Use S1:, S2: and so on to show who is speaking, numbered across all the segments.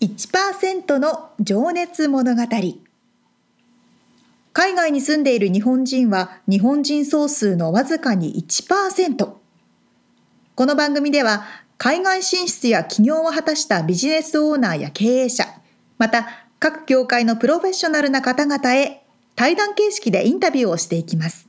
S1: 1%の情熱物語海外に住んでいる日本人は日本人総数のわずかに1%この番組では海外進出や起業を果たしたビジネスオーナーや経営者また各業界のプロフェッショナルな方々へ対談形式でインタビューをしていきます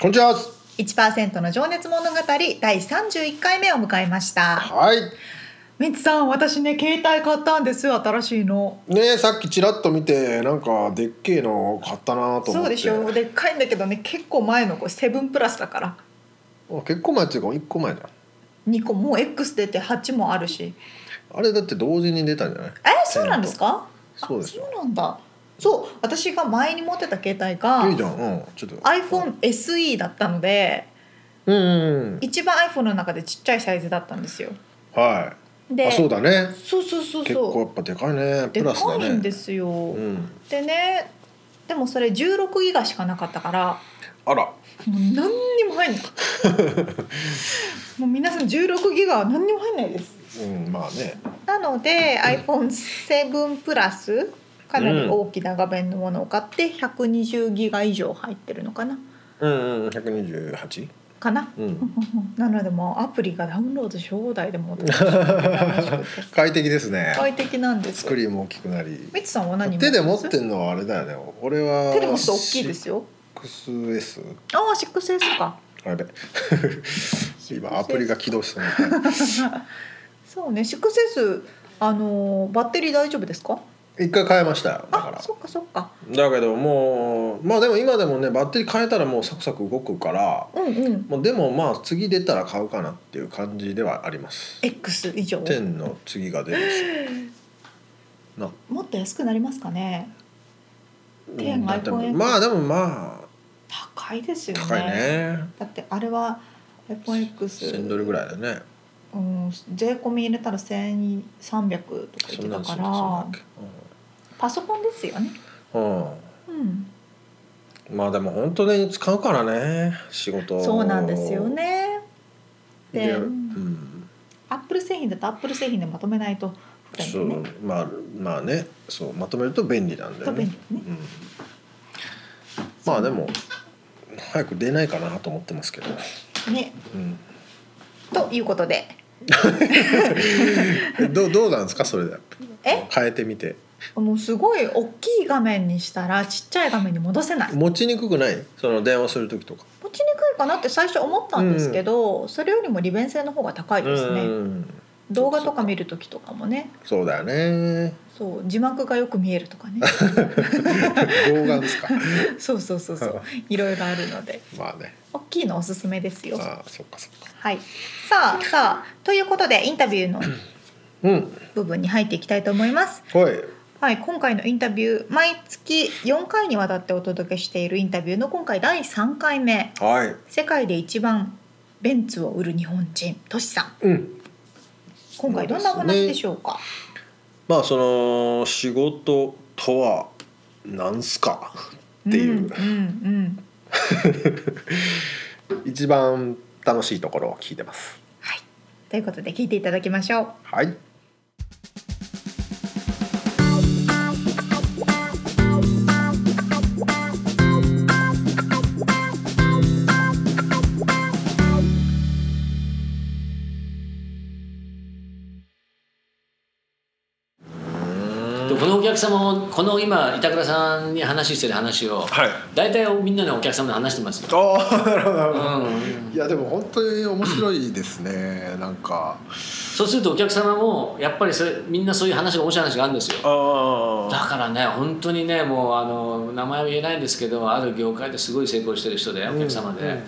S2: こんにちは。
S1: 1%の情熱物語第31回目を迎えました
S2: はい。
S1: みつさん私ね携帯買ったんです新しいの
S2: ねえさっきちらっと見てなんかでっけえの買ったなと思って。
S1: そうでしょでっかいんだけどね結構前のこれセブンプラスだから
S2: あ結構前っていうか一個前じゃん。
S1: 2個もう X 出て8もあるし
S2: あれだって同時に出たんじゃない？
S1: えそうなんですかあ
S2: そうですよ
S1: そうなんだそう私が前に持ってた携帯
S2: いいじ
S1: が
S2: ゃん。うん。ちょっと。
S1: iPhone SE だったので
S2: うんうんうん。
S1: 一番 iPhone の中でちっちゃいサイズだったんですよ
S2: は
S1: で
S2: い。あそうだね。
S1: そうそうそう
S2: 結構や
S1: そ
S2: っぱでかいね。
S1: う
S2: プ
S1: で
S2: ラスだ
S1: か
S2: ね。
S1: いんですよ、
S2: うん。
S1: でねでもそれ16ギガしかなかったから
S2: あら。
S1: もう何にも 入んないもう皆さん16ギガは何にも入んないです
S2: うんまあね。
S1: なので iPhone7 プラスかなり大きな画面のものを買って120ギガ以上入ってるのかな
S2: うんうん。百二十八。
S1: か な、
S2: うん
S1: なのでもうアプリがダウンロードし放題でも う
S2: 快適ですね。
S1: 快適なんです
S2: スクリーンも大きくなり。
S1: みつさんは何
S2: 手で持っ
S1: 手
S2: てんのはあれだよね。俺は。
S1: で持つと大きいですよ
S2: 6S。
S1: ああ 6S か
S2: あれ 今アプリが起動しそうになった
S1: そうね 6S あのーバッテリー大丈夫ですか
S2: 一回変えましたよだか
S1: あ
S2: ら
S1: そっかそっか
S2: だけどもうまあでも今でもねバッテリー変えたらもうサクサク動くから
S1: うんうん
S2: もうでもまあ次出たら買うかなっていう感じではあります
S1: X 以上
S2: 10の次が出るしな
S1: もっと安くなりますかね
S2: うんだっても
S1: iPhone
S2: まあでもまあ
S1: 高いですよね
S2: 高いね
S1: だってあれは iPhoneX
S2: 1000ドルぐらいだね
S1: うん、税込み入れたら1300とか
S2: そ
S1: 言
S2: ん
S1: っ
S2: なん
S1: てたか
S2: するそん
S1: ら
S2: なんだっ
S1: パソコンですよね、
S2: けうん、
S1: うん、
S2: うん、まあでも本当に使うからね仕事
S1: そうなんですよね
S2: で
S1: で
S2: うん
S1: アップル製品だとアップル製品でまとめないと不便
S2: そ
S1: で
S2: う
S1: ね
S2: まあまあねそうまとめると便利なんだ
S1: そ
S2: よね
S1: う便利
S2: うん、まあでも早く出ないかなと思ってますけど、
S1: ね
S2: うん
S1: ということで
S2: え、どうどうなんですかそれで
S1: え
S2: 変えてみて
S1: もうすごい大きい画面にしたらちっちゃい画面に戻せない
S2: 持ちにくくないその電話する時とか
S1: 持ちにくいかなって最初思ったんですけど、それよりも利便性の方が高いですね、
S2: ん
S1: 動画とか見る時とかもね
S2: そうだよね
S1: そう字幕がよく見えるとかね
S2: 動画ですか
S1: そうそう そうそういろいろあるので
S2: まあね
S1: 大きいのおすすめですよ
S2: ああそっかそっか
S1: はいさあさあということでインタビューの
S2: うん
S1: 部分に入っていきたいと思います
S2: はい
S1: はい今回のインタビュー毎月4回にわたってお届けしているインタビューの今回第3回目
S2: はい
S1: 世界で一番ベンツを売る日本人トシさん
S2: うん
S1: 今回どんなお話でしょうか
S2: まあその仕事とはなんすか
S1: う
S2: そうですね
S1: んうんうん
S2: 一番楽しいところを聞いてます
S1: はいということで聞いていただきましょう
S2: はい
S3: でこのお客様をこの今板倉さんに話してる話を、
S2: はい
S3: 大体みんなのお客様に話してますよ、
S2: ああなるほどなる
S3: う
S2: ほど
S3: ん、
S2: いやでも本当に面白いですねなんか
S3: そうするとお客様もやっぱりそれみんなそういう話が面白い話があるんですよ
S2: あ
S3: だからね本当にねもうあの名前は言えないんですけどある業界ですごい成功してる人でお客様で、
S2: うんうん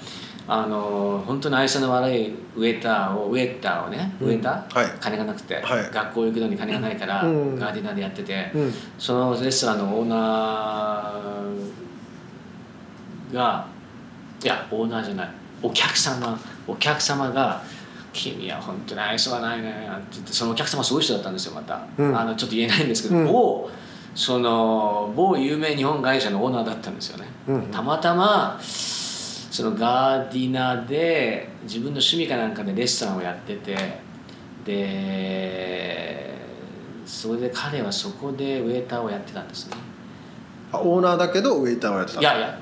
S3: あの本当に愛想の悪いウエーターをウエーターをね、
S2: うん
S3: ウエーター、
S2: はい
S3: 金がなくて、
S2: はい
S3: 学校行くのに金がないから、
S2: うん
S3: ガーディナーでやってて、
S2: うん
S3: そのレストランのオーナーがいやオーナーじゃないお客様お客様が「君は本当に愛想がないね」って言ってそのお客様すごい人だったんですよまた、
S2: うん
S3: あのちょっと言えないんですけど、
S2: うん
S3: 某その某有名日本会社のオーナーだったんですよね、
S2: うん
S3: たまたまそのガーディナーで自分の趣味かなんかでレストランをやっててでそれで彼はそこでウェイターをやってたんですね
S2: あオーナーだけどウェイターをやってた
S3: いやいや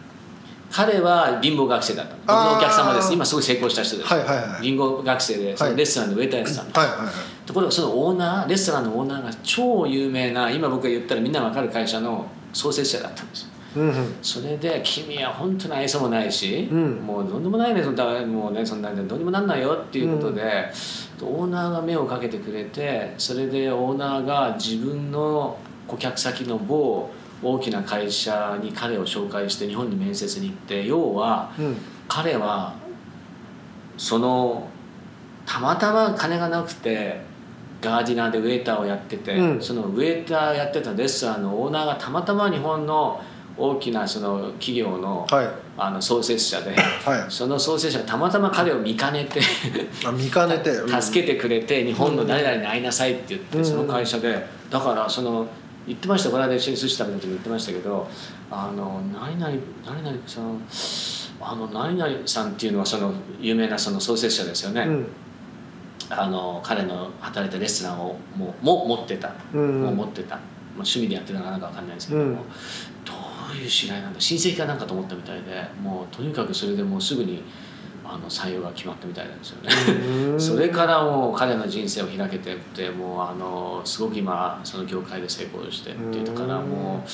S3: 彼は貧乏学生だった僕
S2: あー
S3: のお客様です今すごい成功した人です、
S2: はいはいはい
S3: 貧乏学生でそのレストランでウェイターやってたんです、
S2: はいはいはい
S3: ところがそのオーナーレストランのオーナーが超有名な今僕が言ったらみんなわかる会社の創設者だったんですよ
S2: うんうん
S3: それで君は本当に愛想もないし、
S2: うん
S3: もうどうにもないねそんなもうねそんなどうにもなんないよっていうことで、オーナーが目をかけてくれてそれでオーナーが自分の顧客先の某大きな会社に彼を紹介して日本に面接に行って要は
S2: うん
S3: 彼はそのたまたま金がなくてガーディナーでウェイターをやってて、
S2: うん
S3: そのウェイターやってたレストランのオーナーがたまたま日本の大きなその企業の,、
S2: はい
S3: あの創設者で
S2: はい
S3: その創設者がたまたま彼を見かねて
S2: あ見かねて、
S3: 助けてくれて日本の誰々に会いなさいって言って、
S2: うん
S3: その会社でだからその言ってましたよこの間一緒に寿司食べた時も言ってましたけどあの何々何々さんあの何々さんっていうのはその有名なその創設者ですよね、
S2: うん
S3: あの彼の働いたレストランをもうも持ってた、
S2: うん
S3: もう持ってた、まあ、趣味でやってたかなんかわかんないですけども、
S2: うん
S3: どういう知り合いなんだ親戚かなんかと思ったみたいでもうとにかくそれでもうすぐにあの採用が決まったみたいなんですよね。
S2: うん
S3: それからもう彼の人生を開けてってもうあのすごく今その業界で成功してっていうだからもう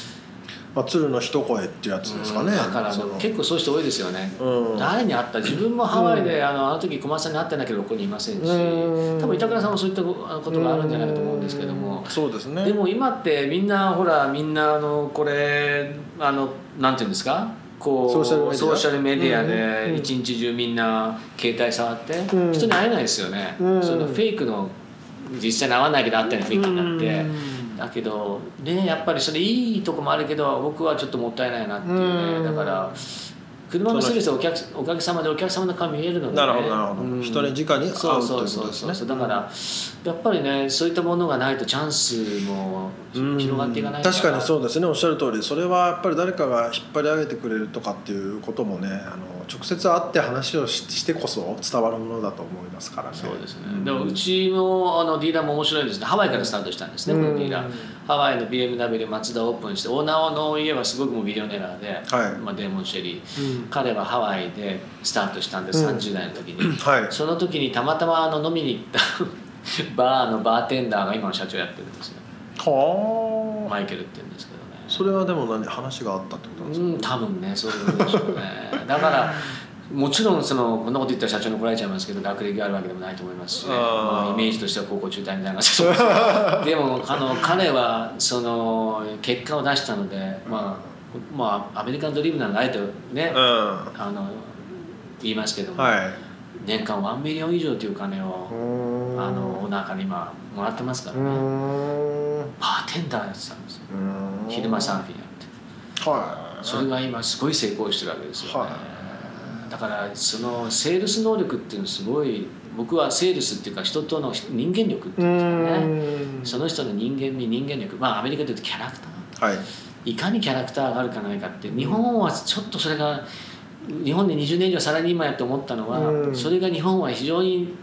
S2: まあ、鶴の一声っていうやつですかね、
S3: うんだからあ
S2: そ
S3: の
S2: の
S3: 結構そういう人多いですよね、
S2: うん
S3: 誰に会った自分もハワイで、あのあの時小松さんに会ってなければここにいませんし、
S2: うん
S3: 多分板倉さんもそういったことがあるんじゃないかと思うんですけども、
S2: うんそうですね
S3: でも今ってみんなほらみんなあのこれあのなんていうんですかこう
S2: ソーシャルメディア
S3: ソーシャルメデ
S2: う
S3: ィア
S2: んうん
S3: で一日中みんな携帯触って
S2: うん
S3: 人に会えないですよね、
S2: うん
S3: そのフェイクの実際に会わないけど会ったような雰囲気になって、
S2: うん
S3: だけどねやっぱりそれいいとこもあるけど僕はちょっともったいないなっていうね、
S2: うん
S3: だから車のスペースお客おかげさまでお客様の顔見えるので、ね、
S2: なるほどなるほど、
S3: うん
S2: 人に直に会うという
S3: そう
S2: こ
S3: そ
S2: と
S3: う
S2: です
S3: そ
S2: ね
S3: うそうだからやっぱりねそういったものがないとチャンスも
S2: うん
S3: 広がっていかない
S2: 確かに
S3: う
S2: そうですねおっしゃる通りそれはやっぱり誰かが引っ張り上げてくれるとかっていうこともねあの直接会って話をししてこそ伝わるものだと思いますからね
S3: そうですね、
S2: ん
S3: でもうちのあのディーラーも面白いんですねハワイからスタートしたんですね、このディーラ
S2: う
S3: ー
S2: ん
S3: ハワイの BMW マツダオープンしてオーナーの家はすごくもうビリオネラーで、
S2: はい
S3: まあ、デーモン・シェリー、
S2: うん
S3: 彼はハワイでスタートしたんで
S2: うん
S3: 30代の時に、
S2: はい
S3: その時にたまたまあの飲みに行った バーのバーテンダーが今の社長やってるんですよ
S2: はあ
S3: マイケルって言うんですけどね
S2: それはでも何話があったってことなんですか、
S3: うん多分ねそういうことでしょうね だからもちろんそのこんなこと言ったら社長に怒られちゃいますけど学歴があるわけでもないと思いますし、ね
S2: あー
S3: まあイメージとしては高校中退みたいな感じ だと思うんですけどでもあの彼はその結果を出したので、まあ、まあアメリカンドリームなのであえてね、
S2: う
S3: あの言いますけど
S2: ん
S3: も、
S2: はい
S3: 年間1ミリオン以上というお金を、あのオーナーから今もらってますから
S2: う
S3: ね、
S2: んう
S3: バーテンダーやってたんですよ
S2: ーん
S3: 昼間サーフィンやって。
S2: はい
S3: それが今すごい成功してるわけですよね、
S2: は
S3: だからそのセールス能力っていうのすごい僕はセールスっていうか人との人間力っていうんですかねその人の人間味人間力まあアメリカで言うとキャラクター
S2: はい
S3: いかにキャラクターがあるかないかって日本はちょっとそれが日本で20年以上サラリーマンやと思ったの
S2: う
S3: は
S2: ん
S3: それが日本は非常に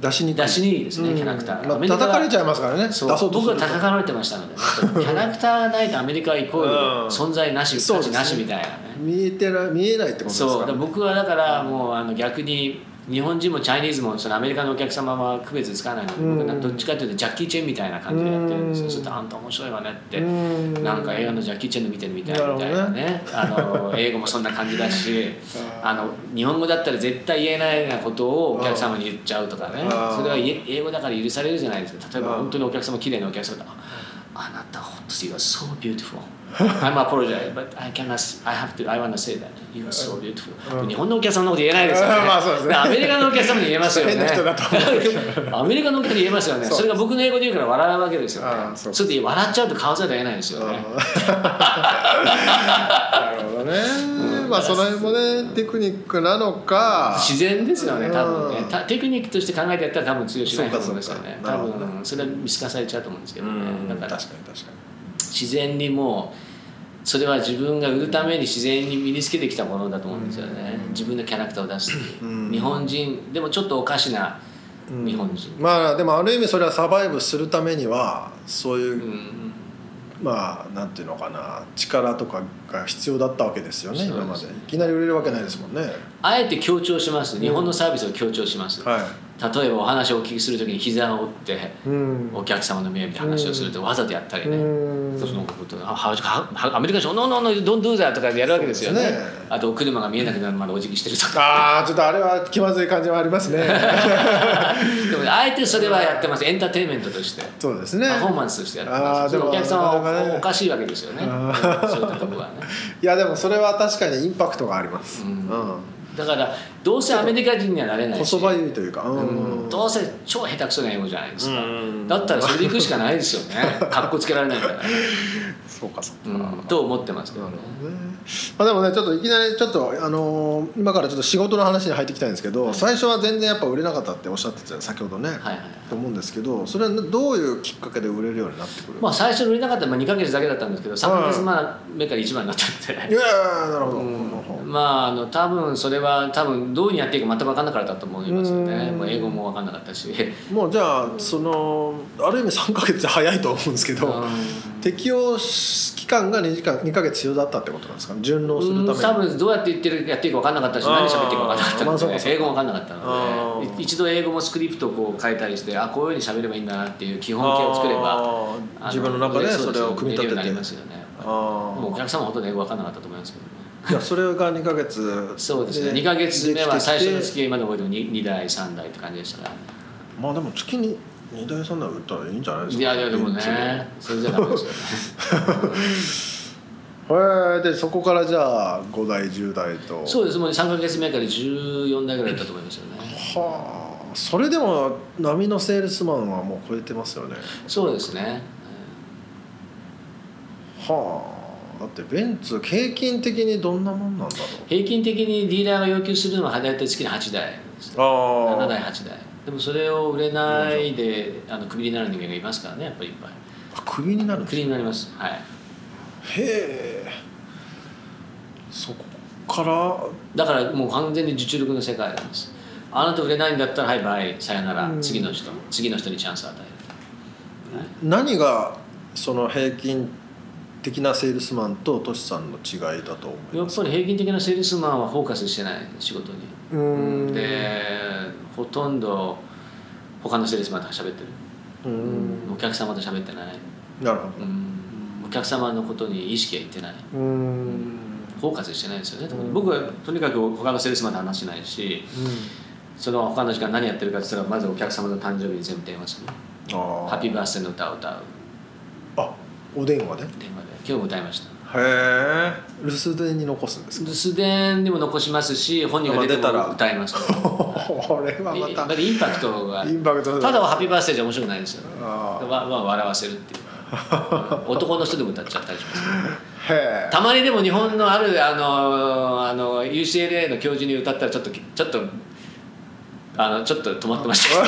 S2: 出しにくい
S3: 出しにいいですね
S2: うん
S3: キャラクターが
S2: ま
S3: ア
S2: あ、
S3: メリカは
S2: 叩かれちゃいますからね出
S3: そ
S2: そう
S3: う
S2: とすると
S3: 僕は叩かれてまし たので、ね、キャラクターがないとアメリカはイコール存在なし
S2: うんそう
S3: 価
S2: です
S3: 値
S2: ね
S3: なしみたいなね
S2: 見えてない見えないってことです
S3: そう
S2: か
S3: だから
S2: ら、ね、
S3: 僕はだからもうあの逆に日本人もチャイニーズもそのアメリカのお客様は区別つかないので、
S2: うん
S3: 僕はどっちかというとジャッキー・チェンみたいな感じでやってるんです
S2: う
S3: よ
S2: ん
S3: ちょっとあんた面白いわねって、
S2: うん
S3: なんか映画のジャッキー・チェンの見てるみたいなみたい
S2: なる
S3: な
S2: ほど
S3: ねあの英語もそんな感じだ しあの日本語だったら絶対言えないようなことをお客様に言っちゃうとかね
S2: あー
S3: それは言え英語だから許されるじゃないですか例えば
S2: あー
S3: 本当にお客様綺麗なお客様だああなた本当 you are so beautiful I'm apologize but I cannot I have to I wanna say that you are so beautiful、
S2: うん
S3: 日本のお客様のこと言えないですよね
S2: まあそうですね
S3: アメリカのお客様に言えますよね
S2: 変な人だと思
S3: アメリカのお客様に言えますよね
S2: そう
S3: それが僕の英語で言うから笑うわけですよね
S2: ああそう
S3: それで笑っちゃうと顔じゃ出ないですよね、
S2: なるほどね、まあその辺もねテクニックなのか
S3: 自然ですよね多分
S2: う
S3: ね
S2: ん
S3: たテクニックとして考えてやったら多分通用しないと思うんですよね
S2: そうか
S3: 多
S2: そうかなるほど
S3: 分それは見透かされちゃうと思うんですけ
S2: う
S3: どね、
S2: ん
S3: だ
S2: 確か
S3: か
S2: に
S3: ら
S2: 確かに
S3: 自然にもうそれは自分が売るために自然に身につけてきたものだと思うんですよね、自分のキャラクターを出すっていう、
S2: うん
S3: 日本人でもちょっとおかしな
S2: うん
S3: 日本人、
S2: まあでもある意味それはサバイブするためにはそういうう、
S3: ん
S2: まあなんていうのかな力とかが必要だったわけですよね
S3: そうです
S2: 今までいきなり売れるわけないですもんね
S3: あえて強調します日本のサービスを強調します、
S2: は
S3: 例えばお話をお聞きするときに膝を折って
S2: いうん
S3: お客様の目を見て話をするとわざとやったりね、
S2: うん
S3: そのことあハハアメリカ人「ノーノーノードンドゥーザー」とかでやるわけですよね
S2: そうですね
S3: あとお車が見えなくなるまでお辞儀してるとか
S2: ああちょっとあれは気まずい感じはありますね
S3: でもあえてそれはやってますエンターテインメントとして
S2: そうですね
S3: パフォーマンスとしてやって
S2: あ
S3: ま
S2: ー
S3: す
S2: で
S3: その
S2: も
S3: お客様は
S2: な
S3: お,、
S2: かなかね
S3: かしいわけですよね
S2: あ
S3: そういったところはね
S2: いやでもそれは確かにインパクトがあります、
S3: う
S2: うんん
S3: だからどうせアメリカ人にはなれない
S2: こ
S3: し
S2: そばゆいというか、う
S3: うんどうせ超下手くそな英語じゃないですか、
S2: うん
S3: だったらそれで行くしかないですよ ねかっこつけられないんだから、
S2: そうかそうか、
S3: うん、と思ってますけどね
S2: まあ、でもねちょっといきなりちょっと、あのー今からちょっと仕事の話に入っていきたいんですけど、最初は全然やっぱ売れなかったっておっしゃってた先ほどね、
S3: はいはい
S2: と思うんですけどそれはどういうきっかけで売れるようになってくる、
S3: まあ最初売れなかったのは2ヶ月だけだったんですけど3ヶ月まあ目から1番になったん で
S2: いやいやいやなるほど、うん
S3: まあ、あの多分それは多分どういうふうにやっていいか全く分かんなかったと思いますよね
S2: うん
S3: もう英語も分かんなかったし、
S2: もうじゃあそのある意味3か月早いと思うんですけど、適用期間が2時間二ヶ月必要だったってことなんですかね順応するために、
S3: うん多分どうやって言ってるやっていいか分かんなかったし
S2: あー
S3: 何喋っていいか分かんなかった
S2: まあそうか
S3: ので、
S2: そうか
S3: 英語も分かんなかった
S2: あ
S3: ので
S2: ー
S3: い一度英語もスクリプトをこう変えたりしてあこういうふうに喋ればいいんだなっていう基本形を作れば
S2: あー自分の中でそれを組み立て
S3: な
S2: て
S3: りますよね
S2: あー
S3: もうお客様ほとんど英語分かんなかったと思いますけどね
S2: いやそれが2か月
S3: そうですね2ヶ月目は最初の
S2: できてきて
S3: 月今で覚えても 2, 2台3台って感じでしたから、
S2: まあでも月に2台3台売ったらいいんじゃないです
S3: い
S2: か
S3: やいやでもねそれじゃダメですよね
S2: へーでそこからじゃあ5台10台と
S3: そうですもう3か月目から14台ぐらいだったと思いますよね
S2: はあそれでも波のセールスマンはもう超えてますよね
S3: そうですね
S2: はあだってベンツ平均的にどんなもんなんだろ
S3: 平均的にディーラーが要求するのは大体月に8台です
S2: うあ
S3: 7台8台でもそれを売れないであのクビになる人間がいますからねやっぱりいっぱい
S2: あクビになるんで
S3: ク
S2: す
S3: ビ
S2: へ
S3: になりますはい
S2: えそこから
S3: だからもう完全に受注力の世界なんですあなた売れないんだったらはいバイさよなら
S2: うん
S3: 次の人次の人にチャンスを与える、はい
S2: 何がその平均的なセールスマンとトシさんの違いだと思い
S3: や
S2: ま
S3: っ
S2: す
S3: ぱり平均的なセールスマンはフォーカスしてない仕事に
S2: う
S3: でほとんど他のセールスマンと喋ってる
S2: うーん
S3: お客様と喋ってない、
S2: なるほ
S3: うんお客様のことに意識がいってない
S2: どうーん
S3: フォーカスしてないですよね、
S2: うん
S3: 僕はとにかく他のセールスマンと話してないしその他の時間何やってるかって言ったらまずお客様の誕生日に全部電話する
S2: あ
S3: ハッピーバースデーの歌を歌う
S2: あお電話でへ
S3: 電話で今日も歌いました
S2: え留守電に残すんですか
S3: 留守電にも残しますし本人が出て
S2: まあ出たら
S3: も歌います
S2: これは
S3: やっ
S2: ま
S3: ぱりインパクトが
S2: たインパクト
S3: ただハッピーバースデーじゃ面白くないですよ
S2: あ
S3: わわ笑わせ るっていううん男の人でも歌っちゃったりします
S2: ーへえ
S3: たまにでも日本のあるあのあの UCLA の教授に歌ったらちょっとちょっとあのちょっと止まってました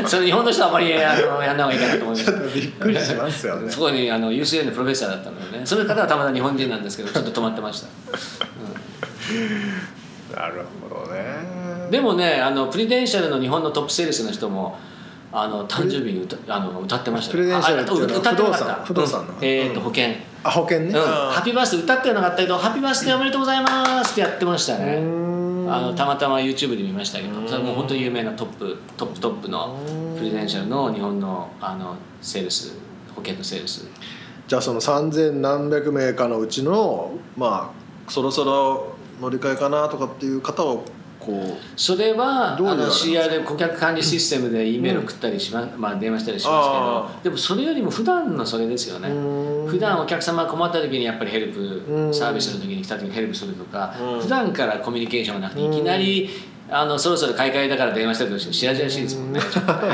S3: どそれ日本の人はあまりあのやんない方がいいかなと思いま
S2: ち
S3: す
S2: ょっとびっくりしますよね
S3: そこにあの UCLA のプロフェッサーだったのでねその方はたまたま日本人なんです けどちょっと止まってました
S2: なるほどね
S3: でもねあのプレデンシャルの日本のトップセールスの人もあの誕生日に歌あの歌ってました
S2: プ
S3: よ
S2: レデンシャルっていうのは
S3: ああ歌ってなかった
S2: 不動産不動産の
S3: うんえーと
S2: うん
S3: 保険、
S2: あ保険ね
S3: うんハッピーバースデー歌ってはなかったけど「ハッピーバースデーおめでとうございます」ってやってました
S2: う
S3: ね
S2: ーん
S3: あのたまたま YouTube で見ましたけ
S2: う
S3: ど
S2: ん
S3: それも本当に有名なトップトップトップのプレデンシャルの日本のあのセールス保険のセールス
S2: じゃあその3,000何百名かのうちのまあそろそろ乗り換えかなとかっていう方をここう
S3: それは
S2: どういう
S3: あ
S2: あれなん
S3: の
S2: ですか
S3: CRM 顧客管理システムで E メール送ったりしま、まあ、電話したりしま
S2: あ
S3: すけどでもそれよりも普段のそれですよね
S2: うん
S3: 普段お客様が困った時にやっぱりヘル
S2: う
S3: プ
S2: ん
S3: サービスの時に来た時にヘルプするとか
S2: うん
S3: 普段からコミュニケーションがなくて
S2: う
S3: い
S2: ん
S3: きなりあのそろそろ買い替えだから電話したりとかしらじらしいですもんねちょっとね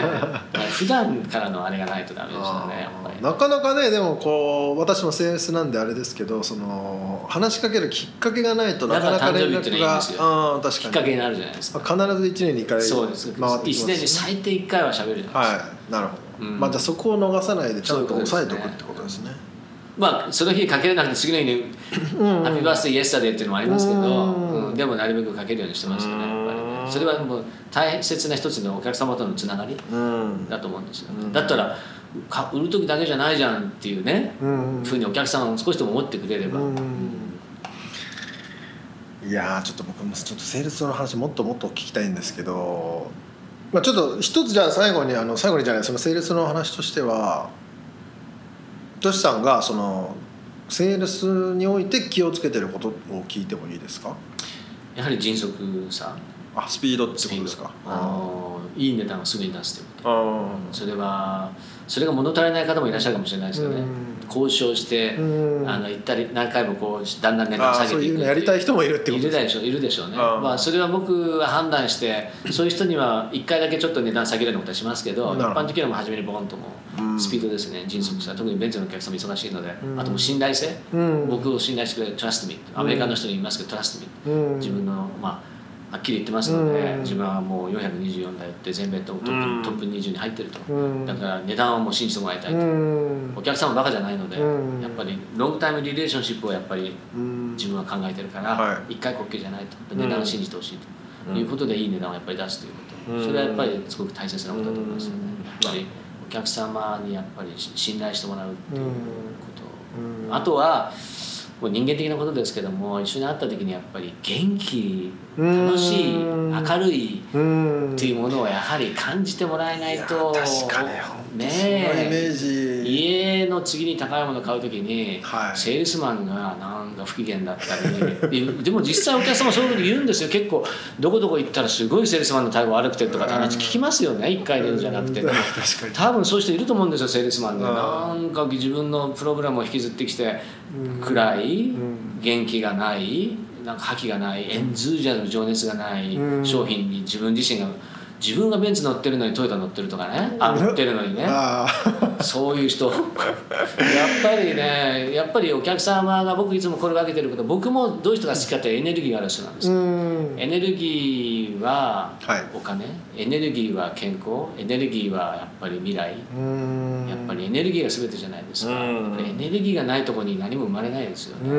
S3: 普段からのあれがないとダメでしたねやっぱり。
S2: なかなかねでもこう私もセールスなんであれですけどその話しかけるきっかけがないとなかなか連
S3: だから誕生日っていう
S2: 絡
S3: のはいい
S2: が
S3: んですよ
S2: あー確
S3: きっ
S2: か
S3: か
S2: に
S3: けになるじゃないですか。
S2: 必ず一年に一回回
S3: そう
S2: って
S3: で
S2: き
S3: す。
S2: ます
S3: 一年に最低一回は喋るじゃないですか。
S2: はいなるほど、
S3: うん
S2: まあじゃあそこを逃さないでちゃんと
S3: そう
S2: 抑
S3: い
S2: え
S3: う
S2: てお
S3: ことで
S2: く
S3: すね
S2: ってことですね
S3: まあその日かけれなくて次の日に「ハッピーバースデーイエスタデー」っていうのもありますけど、
S2: うん
S3: うんでもなるべくかけるようにしてましたねやっぱり
S2: う
S3: ね
S2: ん
S3: それはもう大切な一つのお客様とのつながり
S2: うん
S3: だと思うんですよ、
S2: うん
S3: だったらか売る時だけじゃないじゃんっていうね、
S2: うん
S3: ふうにお客様を少しでも思ってくれれば、
S2: いやーちょっと僕もちょっとセールスの話もっともっと聞きたいんですけど、まあ、ちょっと一つじゃあ最後にあの最後にじゃないそのセールスの話としてはトシさんがそのセールスにおいて気をつけてることを聞いてもいいですか
S3: やはり迅速さ
S2: あスピードって
S3: ス
S2: こ
S3: ピ
S2: と
S3: ード
S2: ですか
S3: あのいい値段をすぐに出すというこ
S2: あ
S3: とそれはそれが物足りない方もいらっしゃるかもしれないですよね、
S2: うん
S3: 交渉して、
S2: うん
S3: あの行ったり何回もこうだんだん値段
S2: あ
S3: 下
S2: ー
S3: げ
S2: そう
S3: てい
S2: い
S3: く
S2: うのやりたい人もいるってこ
S3: い
S2: と
S3: る
S2: です
S3: でしょういるでしょうね
S2: ああ
S3: まあ、それは僕は判断してそういう人には1回だけちょっと値段下げるようなことはしますけど一
S2: なるほど
S3: 般的にはもう初めにボンとも
S2: うん
S3: うスピードですね迅速さ特にベンツのお客様忙しいので
S2: うん
S3: あともう信頼性
S2: うん
S3: 僕を信頼してくれるトラストミーアメリカの人に言いますけどトラストミー
S2: うん
S3: 自分のまあはっきり言ってます
S2: う
S3: ので
S2: ん
S3: 自分はもう424台売って全米トップト
S2: うん
S3: ップトップ20に入ってると
S2: うん
S3: だから値段はもう信じてもらいたいと
S2: うん
S3: お客様バカじゃないので
S2: うん
S3: やっぱりロングタイムリレーションシップをやっぱり
S2: うん
S3: 自分は考えてるから、
S2: は
S3: 一回こっきりじゃないと
S2: うん
S3: 値段を信じてほしいと、
S2: うん
S3: いうことでいい値段をやっぱり出すということ、
S2: うん
S3: それはやっぱりすごく大切なことだと思いますよね、
S2: うん
S3: やっぱりお客様にやっぱり信頼してもらうっていうこと、あとはもう人間的なことですけども一緒に会った時にやっぱり元気
S2: うん
S3: 楽しい明るい
S2: うん
S3: っていうものをやはり感じてもらえないと
S2: いや確かに本当
S3: ね
S2: そのイメージ
S3: 家の次に高いもの買うときに、
S2: はい
S3: セールスマンがなんか不機嫌だったりでも実際お客様そういうこと言うんですよ結構どこどこ行ったらすごいセールスマンの態度悪くてとかって話聞きますよね一回出るんじゃなくて
S2: うん
S3: でも
S2: 確かに
S3: 多分そういう人いると思うんですよセールスマンで
S2: うん
S3: なんか自分のプログラムを引きずってきて暗い
S2: ん
S3: 元気がないなんか覇気がないエンズージャーの情熱がない
S2: うん
S3: 商品に自分自身が自分がベンツ乗ってるのにトヨタ乗ってるとかねあ乗ってるのにね
S2: ああ
S3: そういう人やっぱりねやっぱりお客様が僕いつも心がけてること僕もどういう人が好きかってエネルギーがある人なんです、
S2: ん
S3: エネルギーは
S2: はい
S3: お金、エネルギーは健康エネルギーはやっぱり未来
S2: うん
S3: やっぱりエネルギーが全てじゃないですか、
S2: うん
S3: やっぱりエネルギーがないところに何も生まれないですよね、
S2: う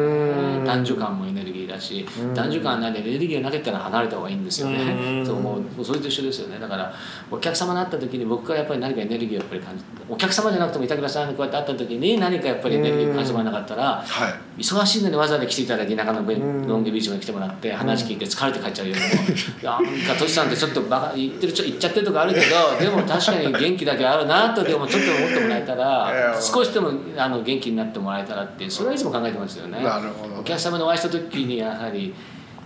S2: ん
S3: 男女間もエネルギーだし、
S2: うん
S3: 男女間なんでエネルギーがなかったら離れた方がいいんですよね、
S2: うん
S3: そう思うそれと一緒ですよねだからお客様に会った時に僕がやっぱり何かエネルギーをやっぱり感じてお客様じゃなくても板倉さんにこうやって会った時に何かやっぱりエネルギーを感じてもらえなかったら、
S2: はい
S3: 忙しいのにわざわざ来ていただき中野ベ
S2: うん
S3: ロンゲビーチまで来てもらって話聞いて疲れて帰っちゃうよりもなん かトシさんってちょっとバカ言ってるちょ言っちゃってるとこあるけ どでも確かに元気だけあるなとでもちょっと思ってもらえた
S2: いや
S3: ら
S2: まあ
S3: 少しでもあの元気になってもらえたらってそれはいつも考えてますよね。
S2: なるほど
S3: お客様にお会いした時にやはり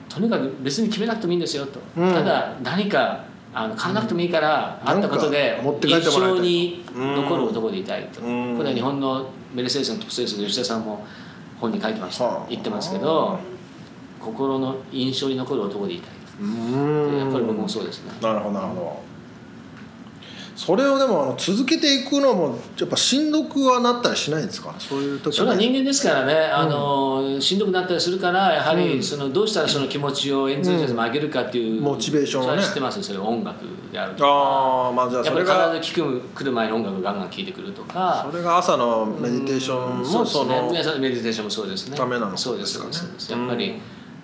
S3: とにかく別に決めなくてもいいんですよと、
S2: うん
S3: ただ何かあの買わなくてもいいから会ったこと
S2: なん
S3: で
S2: か持って帰っ
S3: 一
S2: てもらいたいと
S3: 生に残る男でいたいと、
S2: うん
S3: これは日本のメルセデスのトップセールスの吉田さんも本に書いてました、
S2: はあ
S3: 言ってますけど心の印象に残る男でいたいとやっぱり僕もそうですね
S2: なるほどなるほどそれをでもあの続けていくのもやっぱしんどくはなったりしないんですかそういう時
S3: それは人間ですからね、あのしんどくなったりするからやは
S2: うん
S3: りそのどうしたらその気持ちをエンズージャズム上げるかっていう、
S2: うんモチベーションをね
S3: それは知ってますよそれは音楽であるとか
S2: ああまあじゃあ
S3: やっ
S2: そ
S3: ぱ
S2: れ
S3: り体
S2: が
S3: で聞く来る前に音楽ガンガン聴いてくるとか
S2: それが朝のメディテーションも
S3: そうです
S2: そ
S3: ね
S2: の
S3: 皆さんメディテーションもそうですね
S2: ためなのか
S3: そうです
S2: です
S3: そ
S2: か
S3: う
S2: ね
S3: ですそうですやっぱり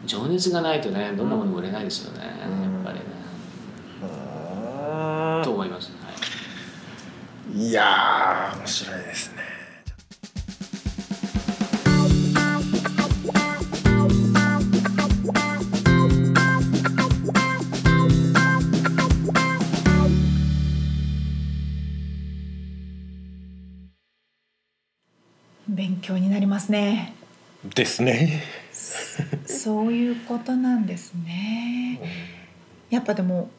S3: 情熱がないとねどんなものも売れないですよね、やっぱりね、
S2: う
S3: と思います、はい
S2: ーんいやー面白いですね
S1: 勉強になりますね
S2: ですね
S1: そういうことなんですね。やっぱでも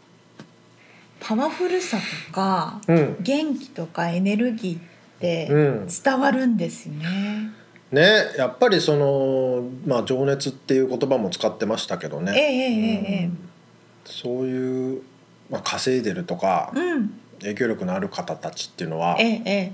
S1: パワフルさとか
S2: うん
S1: 元気とかエネルギーって
S2: うん
S1: 伝わるんですね。
S2: ねやっぱりその、まあ、情熱っていう言葉も使ってましたけど
S1: え
S2: ね、
S1: えええええ
S2: そういう、まあ、稼いでるとか
S1: うん
S2: 影響力のある方たちっていうのは
S1: ええええ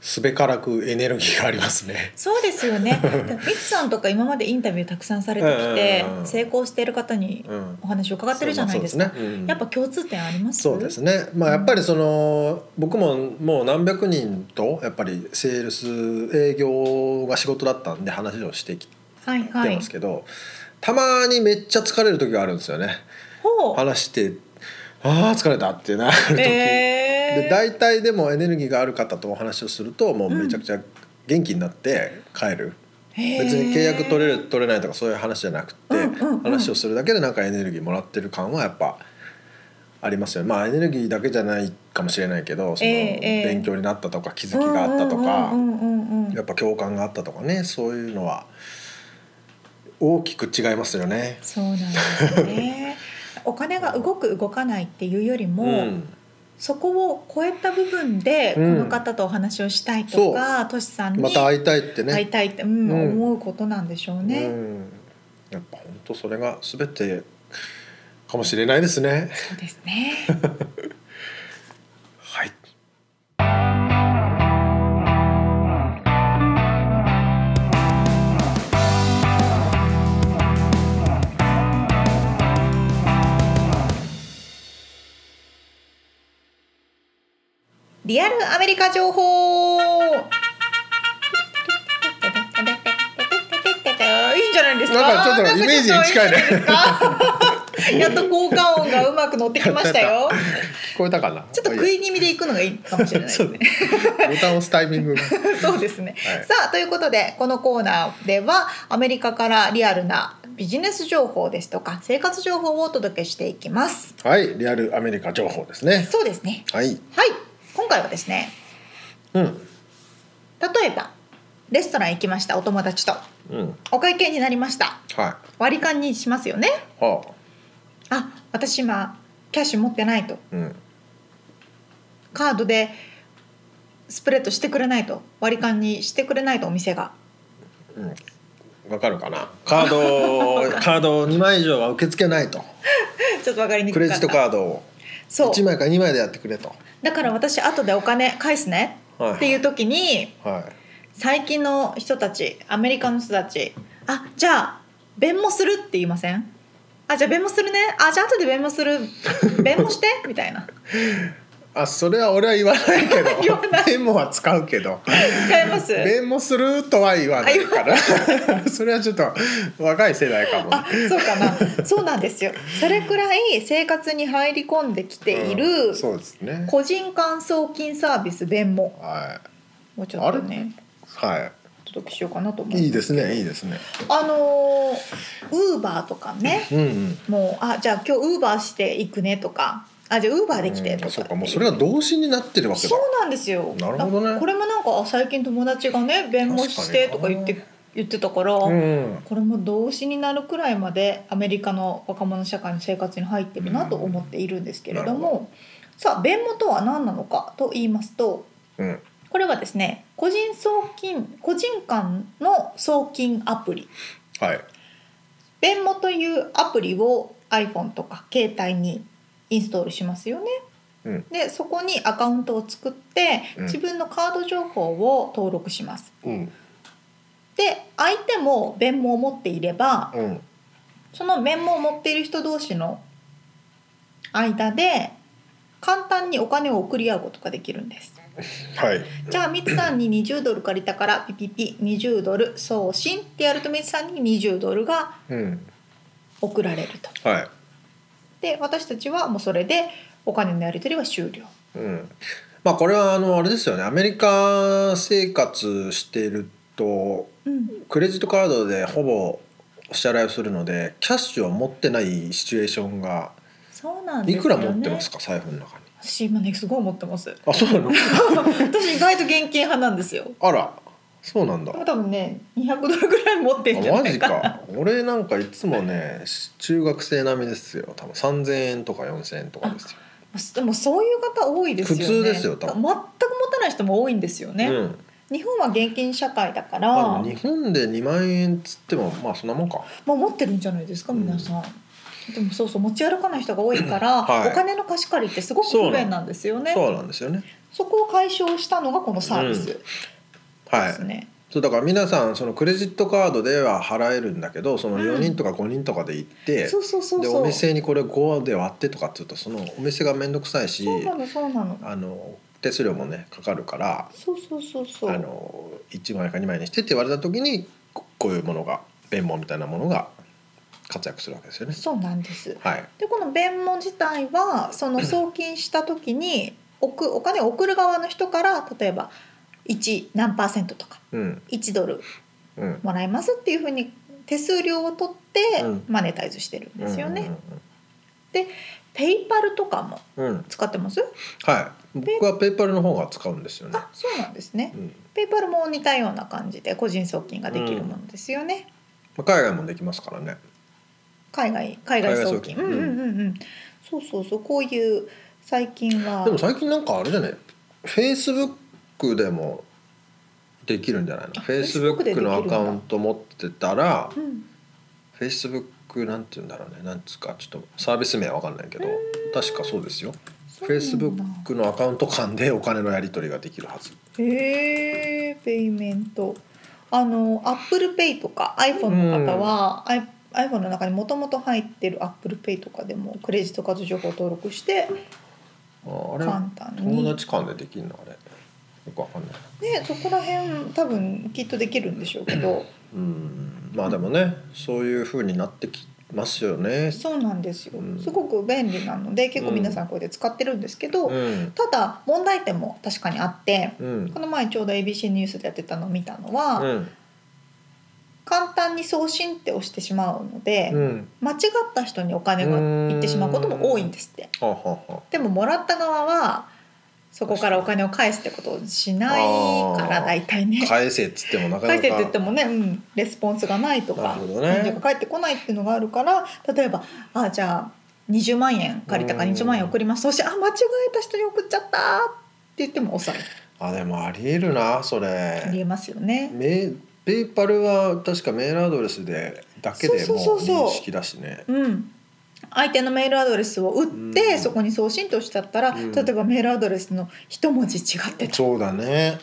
S2: すべからくエネルギーがありますね。
S1: そうですよね。ミツさんとか今までインタビューたくさんされてきて
S2: うんうんうん
S1: 成功している方に
S2: うん
S1: お話を伺ってるじゃないですか。
S2: そうまあそうねうん
S1: やっぱ共通点あります。
S2: そうですね、まあ、やっぱりその僕ももう何百人とやっぱりセールス営業が仕事だったんで話をしてきて
S1: はいはい。
S2: ますけど、たまにめっちゃ疲れる時があるんですよね
S1: ほう。
S2: 話して「ああ疲れた」ってなる時、
S1: え
S2: で
S1: え
S2: 大体でもエネルギーがある方とお話をするともうめちゃくちゃ元気になって帰る、別に契約取れる取れないとかそういう話じゃなくて、
S1: うんうんうん
S2: 話をするだけでなんかエネルギーもらってる感はやっぱありますよねまあエネルギーだけじゃないかもしれないけどその
S1: ええええ
S2: 勉強になったとか気づきがあったとか、
S1: うんうんうんうんうん
S2: やっぱ共感があったとかねそういうのは大きく違いますよね。
S1: そうなんですね。 お金が動く動かないっていうよりも、
S2: うん
S1: そこを超えた部分でこ
S2: うん
S1: の方とお話をしたいとか、としさんに
S2: また会いたいってね。
S1: 会いたいって、うん
S2: うん
S1: 思うことなんでしょうね。
S2: うん、やっぱ本当それが全てかもしれないですね。
S1: そうですね。
S2: はい。
S1: リアルアメリカ情報。いいんじゃないですか。
S2: なんかちょっと
S1: なんか
S2: イメージに近いね
S1: ちょっと いいんじゃないですかやっと効果音がうまく乗ってきました よ。
S2: 聞こえたかな。
S1: ちょっと食い気味で行くのがいいかもしれないです
S2: そう
S1: ね
S2: ね。。ボタン押すタイミング が。
S1: そうですね。
S2: はい
S1: さあということでこのコーナーではアメリカからリアルなビジネス情報ですとか生活情報をお届けしていきます。
S2: はい、リアルアメリカ情報ですね。
S1: そうですね。
S2: はい。
S1: はい。今回はですね、
S2: うん。
S1: 例えばレストラン行きましたお友達と
S2: うん。はい。
S1: お会計になりました
S2: は
S1: 割り勘にしますよね。
S2: あ。
S1: あ私今キャッシュ持ってないと
S2: うん。
S1: カードでスプレッドしてくれないと割り勘にしてくれないとお店が。
S2: うん。わかるかな。カー ド、カードを二枚以上は受け付けないと。
S1: ちょっとわかりにく
S2: ク
S1: かっ
S2: レ
S1: た。
S2: ジットカードを
S1: そう
S2: 一枚か二枚でやってくれと。
S1: だから私後でお金返すね
S2: はい
S1: っていう時に
S2: は。
S1: 最近の人たちアメリカの人たちあじゃあ弁もするって言いませんあじゃあ弁もするねあじゃあ後で弁もする弁もしてみたいない
S2: あ、それは俺は言わないけど。
S1: 言わない
S2: 弁もは使うけど。
S1: 使えます
S2: 弁もするとは言わないから。それはちょっと若い世代かも
S1: あ
S2: ね。
S1: そうかなそうなんですよそれくらい生活に入り込んできている
S2: うんそうですね。
S1: 個人間送金サービス弁も
S2: は
S1: をちょっとね
S2: い。は
S1: お届けしようかなと思う
S2: い。いいですね。いいですね。
S1: あのウーバーとかね
S2: うんうん。
S1: もうあじゃあ今日ウーバーして行くねとかあじゃあウーバーできてとか、
S2: うんそうかもうそれが動詞になってるわけだ
S1: そうなんですよ
S2: なるほどね
S1: あこれもなんかあ最近友達がね弁護士してと
S2: 確
S1: か
S2: かに
S1: 言って言ってたから、
S2: うん
S1: これも動詞になるくらいまでアメリカの若者社会の生活に入ってるなと思っているんですけれども、さあ弁護とは何なのかと言いますと
S2: うん
S1: これはですね個人送金個人間の送金アプリ
S2: はい
S1: 弁護というアプリを iPhone とか携帯にインストールしますよね。
S2: うん
S1: でそこにアカウントを作って
S2: うん
S1: 自分のカード情報を登録します。
S2: うん
S1: で相手も弁護を持っていれば
S2: うん
S1: その弁護を持っている人同士の間で簡単にお金を送り合うことができるんです。
S2: はい
S1: じゃあミツさんに20ドル借りたからピピピ20ドル送信ってやるとミツさんに20ドルが
S2: うん
S1: 送られると。
S2: はい
S1: で私たちはもうそれでお金のやり取りは終了。
S2: うんまあこれはあのあれですよねアメリカ生活していると
S1: うん、
S2: クレジットカードでほぼお支払いをするのでキャッシュを持ってないシチュエーションが
S1: そうなんで
S2: い
S1: すよ、ね、
S2: くら持ってますか財布の中に
S1: 私今ねすごい持ってます
S2: あそうなの
S1: 私意外と現金派なんですよ
S2: あらそうなんだ
S1: でも多分ね200ドルぐらい持ってんじ
S2: あ
S1: ゃ
S2: マ
S1: ない
S2: ジ
S1: か
S2: か俺なんかいつもねし中学生並みですよ多分3000円とか4000円とかですよ、
S1: でもそういう方多いですよね
S2: 普通ですよ多
S1: 全く
S2: 分
S1: 持たない人も多いんですよね、
S2: うん
S1: 日本は現金社会だから、
S2: まあ、でも日本で2万円っつってもまあそんなもんか
S1: まあ、持ってるんじゃないですか
S2: うん
S1: 皆さん、でもそうそう持ち歩かない人が多いから、
S2: はい
S1: お金の貸し借りってすごく不便なんですよねそ
S2: そうなんですよね
S1: こを解消したのがこのサービスで
S2: はい
S1: すね、
S2: そうだから皆さんそのクレジットカードでは払えるんだけどその4人とか5人とかで行って、
S1: そうそうそう
S2: で
S1: そう
S2: お店にこれ5で割ってとかっつうとそのお店が面倒くさいし
S1: そうなのそうなの
S2: あの手数料もねかかるから
S1: そうそうそうそう
S2: あの1枚か2枚にしてって言われた時にここういうものが弁護みたいなものが活躍するわけですよね。
S1: そうなんです
S2: はい、
S1: でこの弁文自体はその送金した時に送お金を送る側の人から例えば1何パーセントとか
S2: うん
S1: 1ドル
S2: うん
S1: もらえますっていうふうに手数料を取って
S2: うん
S1: マネタイズしてるんですよね。
S2: う
S1: ペイパルとかも
S2: んうんうんうん
S1: 使ってます
S2: はい僕はペイパルの方が使うんですよね。
S1: あそうなんですね
S2: う。ん
S1: ペイパルも似たような感じで個人送金ができるものですよね。
S2: まあ海外もできますからね。
S1: 海外海外送金。
S2: 海外送金
S1: うんうんうんうん。そうそうそうこういう最近は
S2: でも最近なんかあれじゃないフェイスブックでもできるんじゃないの
S1: あ
S2: フェイスブ
S1: Facebook でで
S2: ッ
S1: き
S2: ク
S1: るんだ
S2: のアカウント持ってたら
S1: うん
S2: フェイスブックなんて言うんだろうねなんつうかちょっとサービス名は分かんないけど確かそうですよフ
S1: そう
S2: ェ
S1: な
S2: イスブ
S1: んだ
S2: ックのアカウント間でお金のやり取りができるはず
S1: へえペイメントあのアップルペイとか iPhone の方は、アイ iPhone の中にもともと入ってるアップルペイとかでもクレジットカード情報を登録して
S2: あーあれ
S1: 簡単に、
S2: 友
S1: ね、
S2: 達間でできるのあれよく分かんない
S1: そこら辺多分きっとできるんでしょうけど
S2: うんまあでもねそういう風になってきますよね
S1: そうなんですよ
S2: うん
S1: すごく便利なので結構皆さんこれで使ってるんですけど、
S2: うん
S1: ただ問題点も確かにあって
S2: うん
S1: この前ちょうど ABC ニュースでやってたのを見たのは、
S2: うん
S1: 簡単に送信って押してしまうので。
S2: うん
S1: 間違った人にお金がいってしまうことも多いんですって
S2: はあはあはあ
S1: でももらった側はそこからお金を返すってことをしないから
S2: あー
S1: 大体ね
S2: 返せっつってもなかな
S1: 返
S2: か
S1: せって言ってもね、うん、レスポンスがないとか
S2: なるほどね
S1: 返事が返ってこないっていうのがあるから例えばあじゃあ20万円借りたから
S2: うん
S1: 20万円送りますそしてあ間違えた人に送っちゃったって言っても抑
S2: あでもありえるなそ
S1: えあり
S2: れ
S1: えますよね。
S2: メペイパルは確かメールアドレスでだけで
S1: そ
S2: も
S1: う
S2: う
S1: そうそうそう
S2: 認識だしね
S1: うん相手のメールアドレスを打って、
S2: うん
S1: そこに送信としちゃったら、
S2: うん
S1: 例えばメールアドレスの一文字違ってた
S2: そうだね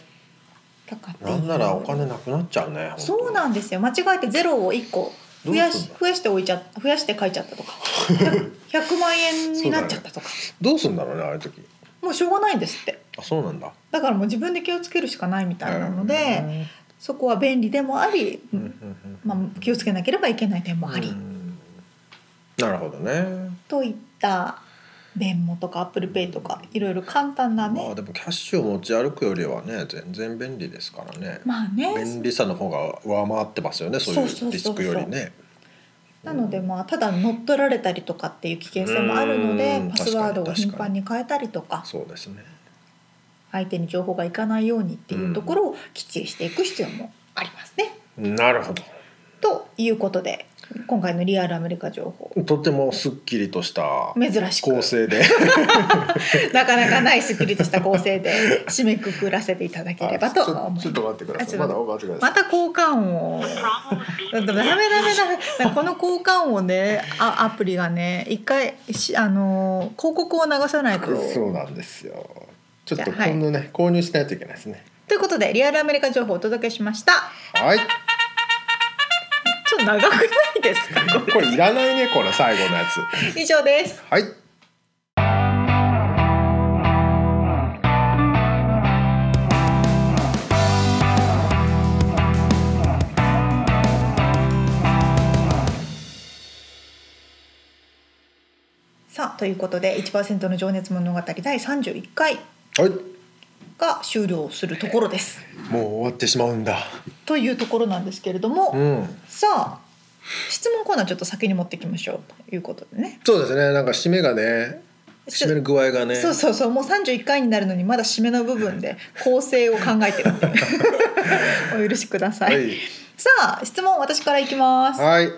S1: とかっていう
S2: なんならお金なくなっちゃうね本当
S1: そうなんですよ間違えてゼロを1個増や
S2: どうすん
S1: し
S2: だ
S1: 増やしておいちゃ増やして書いちゃ ったとか100万円になっちゃったとか
S2: どうすんだろうねああいう時
S1: もうしょうがないんですって
S2: あそうなんだ
S1: だからもう自分で気をつけるしかないみたいなのでそこは便利でもあり、
S2: うんうんうん
S1: まあ、気をつけなければいけない点もあり、
S2: うんなるほどね
S1: といった弁もとかアップルペイとかいろいろ簡単な
S2: まあ
S1: ね
S2: でもキャッシュを持ち歩くよりはね全然便利ですからね
S1: まあね
S2: 便利さの方が上回ってますよねそう
S1: そうそそ
S2: いう
S1: うそう
S2: うリスクよりね
S1: なのでまあただ乗っ取られたりとかっていう危険性もあるので
S2: うん
S1: パスワードを頻
S2: 確か
S1: 繁に変えたりとか
S2: そうですね
S1: 相手に情報がいかないようにっていうところをきっちりしていく必要もありますね。
S2: なるほど
S1: ということで今回のリアルアメリカ情報
S2: とてもすっきりとした
S1: 珍しく
S2: 構 成で
S1: なかなかないすっきりとした構成で締めくくらせていただければと思いま
S2: ち
S1: す
S2: ょっ。と待ってください
S1: あちょ
S2: ま
S1: っと
S2: だお待ちくだ
S1: また
S2: さ
S1: 交換音をダメダメダメこの交換音をねあアプリがね一回しあのー広告を流さないと
S2: いそうなんですよちょっと
S1: じゃあはい
S2: 今度ね、購入しないといけないですね
S1: ということでリアルアメリカ情報をお届けしました
S2: はい
S1: ちょっと長くないですかこ
S2: これいらないねこれ最後のやつ
S1: れ以上です
S2: はい
S1: さあということで1%の情熱物語第31回
S2: はい
S1: が終了するところです
S2: もう終わってしまうんだ
S1: というところなんですけれど
S2: う
S1: も
S2: ん
S1: さあ質問コーナーちょっと先に持ってきましょうということでね
S2: そうですねなんか締めがね締める具合がね
S1: そうそうそうもう31回になるのにまだ締めの部分 で構成を考えてるっていうお許しください、
S2: はい
S1: さあ質問私からいきます
S2: はい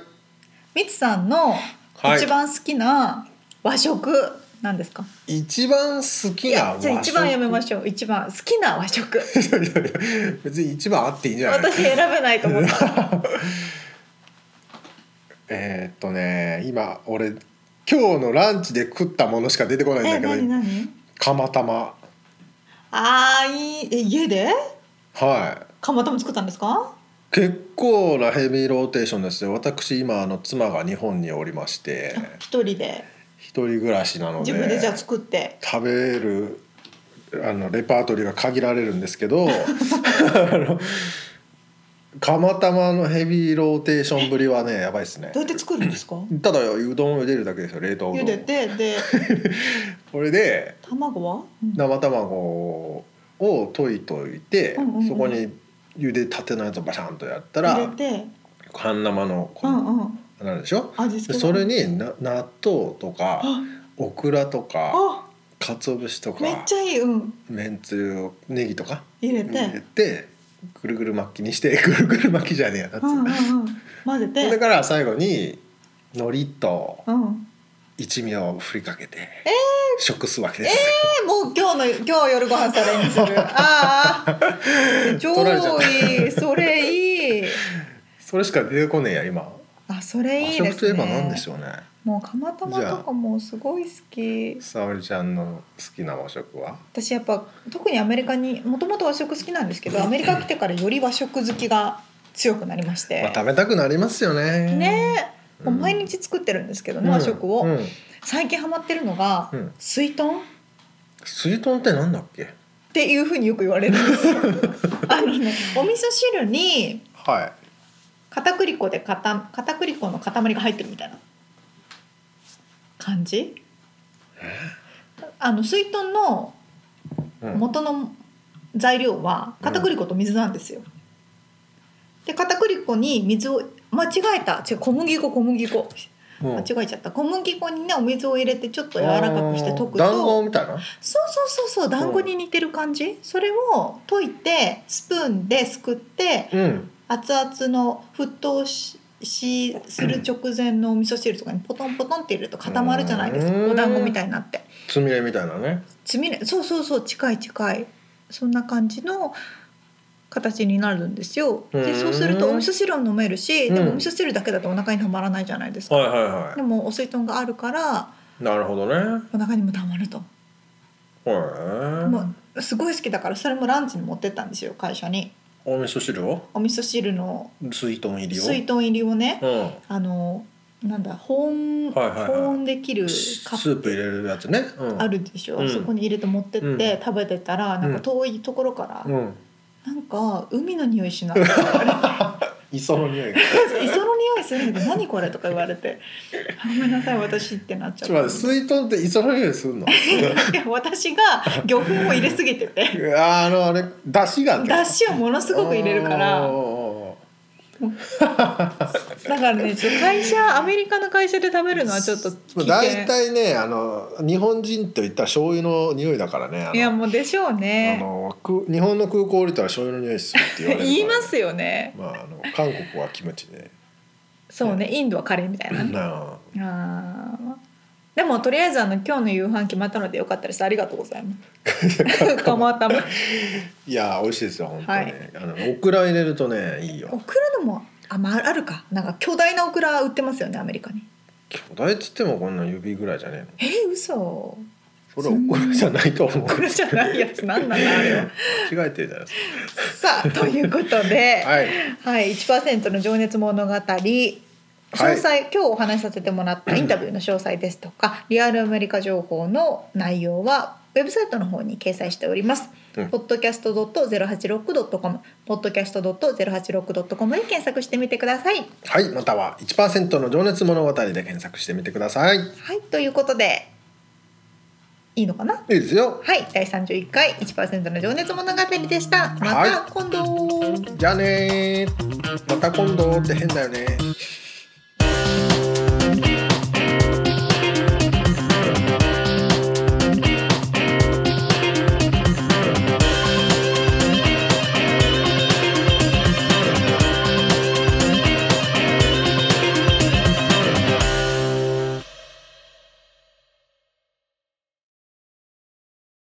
S1: みつさんの
S2: はい
S1: 一番好きな和食なんですか、
S2: 一番好き
S1: い
S2: な
S1: や
S2: 和食
S1: じゃあ一番やめましょう一番好きな和食
S2: 別に一番あっていいんじゃない
S1: 私選べないと思っ た
S2: えーっとね今俺今日のランチで食ったものしか出てこないんだ
S1: え
S2: けど
S1: 何何
S2: 釜玉
S1: あーいいえ家で
S2: はい
S1: 釜玉作ったんですか
S2: 結構なヘビーローテーションですよ私今あの妻が日本におりまして
S1: 一人で
S2: 一人暮らしなので
S1: 自分でじゃあ作って
S2: 食べるあのレパートリーが限られるんですけど あの釜玉のヘビーローテーションぶりはねやばいですね
S1: どうやって作るんですか
S2: ただうどんを茹でるだけですよ冷凍うど
S1: 茹
S2: ん
S1: でてで
S2: これで
S1: 卵は、うん
S2: 生卵を溶いといて、
S1: うんうんうん
S2: そこに茹でたてのやつをバシャンとやった
S1: 入れ
S2: ら
S1: て
S2: 半生のこ
S1: う
S2: の、
S1: んうん
S2: なんでしょ
S1: 味付
S2: で
S1: け
S2: それ
S1: に
S2: にな納豆とか
S1: あ
S2: オクラとか
S1: あ
S2: 鰹節とか
S1: めっちゃいいうん
S2: めんつゆネギとか
S1: 入れ
S2: 入
S1: て
S2: れてぐるぐる巻きにして ぐるぐる巻きじゃねえやなつ、
S1: うんうんうん混ぜ
S2: だ
S1: て
S2: から最後に海苔と
S1: うん
S2: 一味を振りかけて、食すわけです、
S1: えもう今日の今日夜ご飯それに するああ超
S2: 取られちゃっ
S1: いいそれいい
S2: それしか出てこねえや今
S1: あそれいい
S2: 和
S1: で
S2: 食と
S1: す
S2: いえ
S1: ね
S2: ば何でしょうね
S1: もう釜玉とかもすごい好き
S2: 沙織ちゃんの好きな和食は
S1: 私やっぱ特にアメリカにもともと和食好きなんですけどアメリカ来てからより和食好きが強くなりまして、
S2: まあ、食べたくなりますよね。
S1: ねえもう
S2: うん
S1: 毎日作ってるんですけど
S2: う
S1: ね
S2: ん、
S1: 和食を、
S2: うん
S1: 最近ハマってるのが、
S2: うん
S1: 水豚っ
S2: 水豚ってなんだっけ。
S1: ていうふうによく言われるんですよ あのねお味噌汁に
S2: はい。
S1: 片栗粉でかた片栗粉の塊が入ってるみたいな感じあの水豚の
S2: うん
S1: 元の材料は片栗粉と水なんですよ。で片栗粉に水を間違えた違う小麦粉小麦粉
S2: うん
S1: 間違えちゃった小麦粉にねお水を入れてちょっと柔らかくして溶く
S2: 団
S1: と
S2: 子みたい
S1: そ
S2: な。
S1: うそうそうそう団子に似てる感じそれを溶いてスプーンですくって
S2: うん。
S1: 熱々の沸騰ししする直前のお味噌汁とかにポトンポトンって入れると固まるじゃないですか
S2: うん
S1: お団子みたいになって。
S2: つみれみたいなね。
S1: つみれそうそうそう近い近いそんな感じの形になるんですよ
S2: う
S1: で
S2: ん
S1: そうするとお味噌汁を飲めるしで
S2: うん
S1: もお味噌汁だけだとお腹にたまらないじゃないですか、
S2: はいはいは
S1: でもお水豚があるから
S2: い。なるほどね。
S1: お腹にもたまると、
S2: は
S1: もうすごい好きだからそれもランチに持ってったんですよ会社に
S2: い。お味噌汁を。
S1: お味噌汁の
S2: 水豚入りを。
S1: 水豚入りをね
S2: うん。
S1: あのなんだ保温、
S2: はいはいはい
S1: 保温できる
S2: ス
S1: カップ
S2: ープ入れるやつね。うん、
S1: あ。るでしょ、
S2: うん
S1: そこに入れて持ってっ
S2: う
S1: て食べてたら、なんか遠いところから、
S2: うん。
S1: なんか海の匂いしない
S2: 磯の匂いが。
S1: 磯の匂いするんだけど何これとか言われてあごめんなさい私ってなっちゃっ
S2: ちょっと待って、
S1: た
S2: 水豚って磯の匂いするの。
S1: いや私が魚粉を入れすぎてて
S2: あー、あの、あれ、出汁がね。
S1: だしをものすごく入れるから
S2: おーおーおー
S1: だからねちょっと会社アメリカの会社で食べるのはちょっと危険
S2: 大体ねあの日本人といったら醤油の匂いだからねあの
S1: いやもうでしょう
S2: あ
S1: ね
S2: のく日本の空港降りたら醤油の匂いするって言われるから
S1: 言いますよね
S2: まああの韓国はキムチで、
S1: そうねインドはカレーみたいな
S2: なあ
S1: あーでもとりあえずあの今日の夕飯決まったのでよかったですありがとうございます 釜玉
S2: いや美味しいですよ本当に、
S1: はい
S2: あのオクラ入れるとねいい
S1: オ
S2: よ
S1: クラでもあ,、まあ、あるかなんか巨大なオクラ売ってますよねアメリカに
S2: 巨大っつってもこんなん指ぐらいじゃね
S1: えー、嘘
S2: えのそれオクラじゃないと思
S1: オ
S2: う
S1: クラじゃないやつなんなんだあれ は
S2: 間違えてるじゃないです
S1: さあということで、
S2: か
S1: はい
S2: はい
S1: 1%の情熱物語詳細、今日お話しさせてもら ったインタビューの詳細ですとかリアルアメリカ情報の内容はウェブサイトの方に掲載しております。
S2: うん
S1: podcast.086.com podcast.086.com で検索してみてください。
S2: はいまたは1%の情熱物語で検索してみてくださいいい
S1: はい、ということでいいのかな
S2: ですよ
S1: はい、第31回1%の情熱物語でした。ま
S2: はい
S1: た今度。
S2: じゃあねーまた今度って変だよね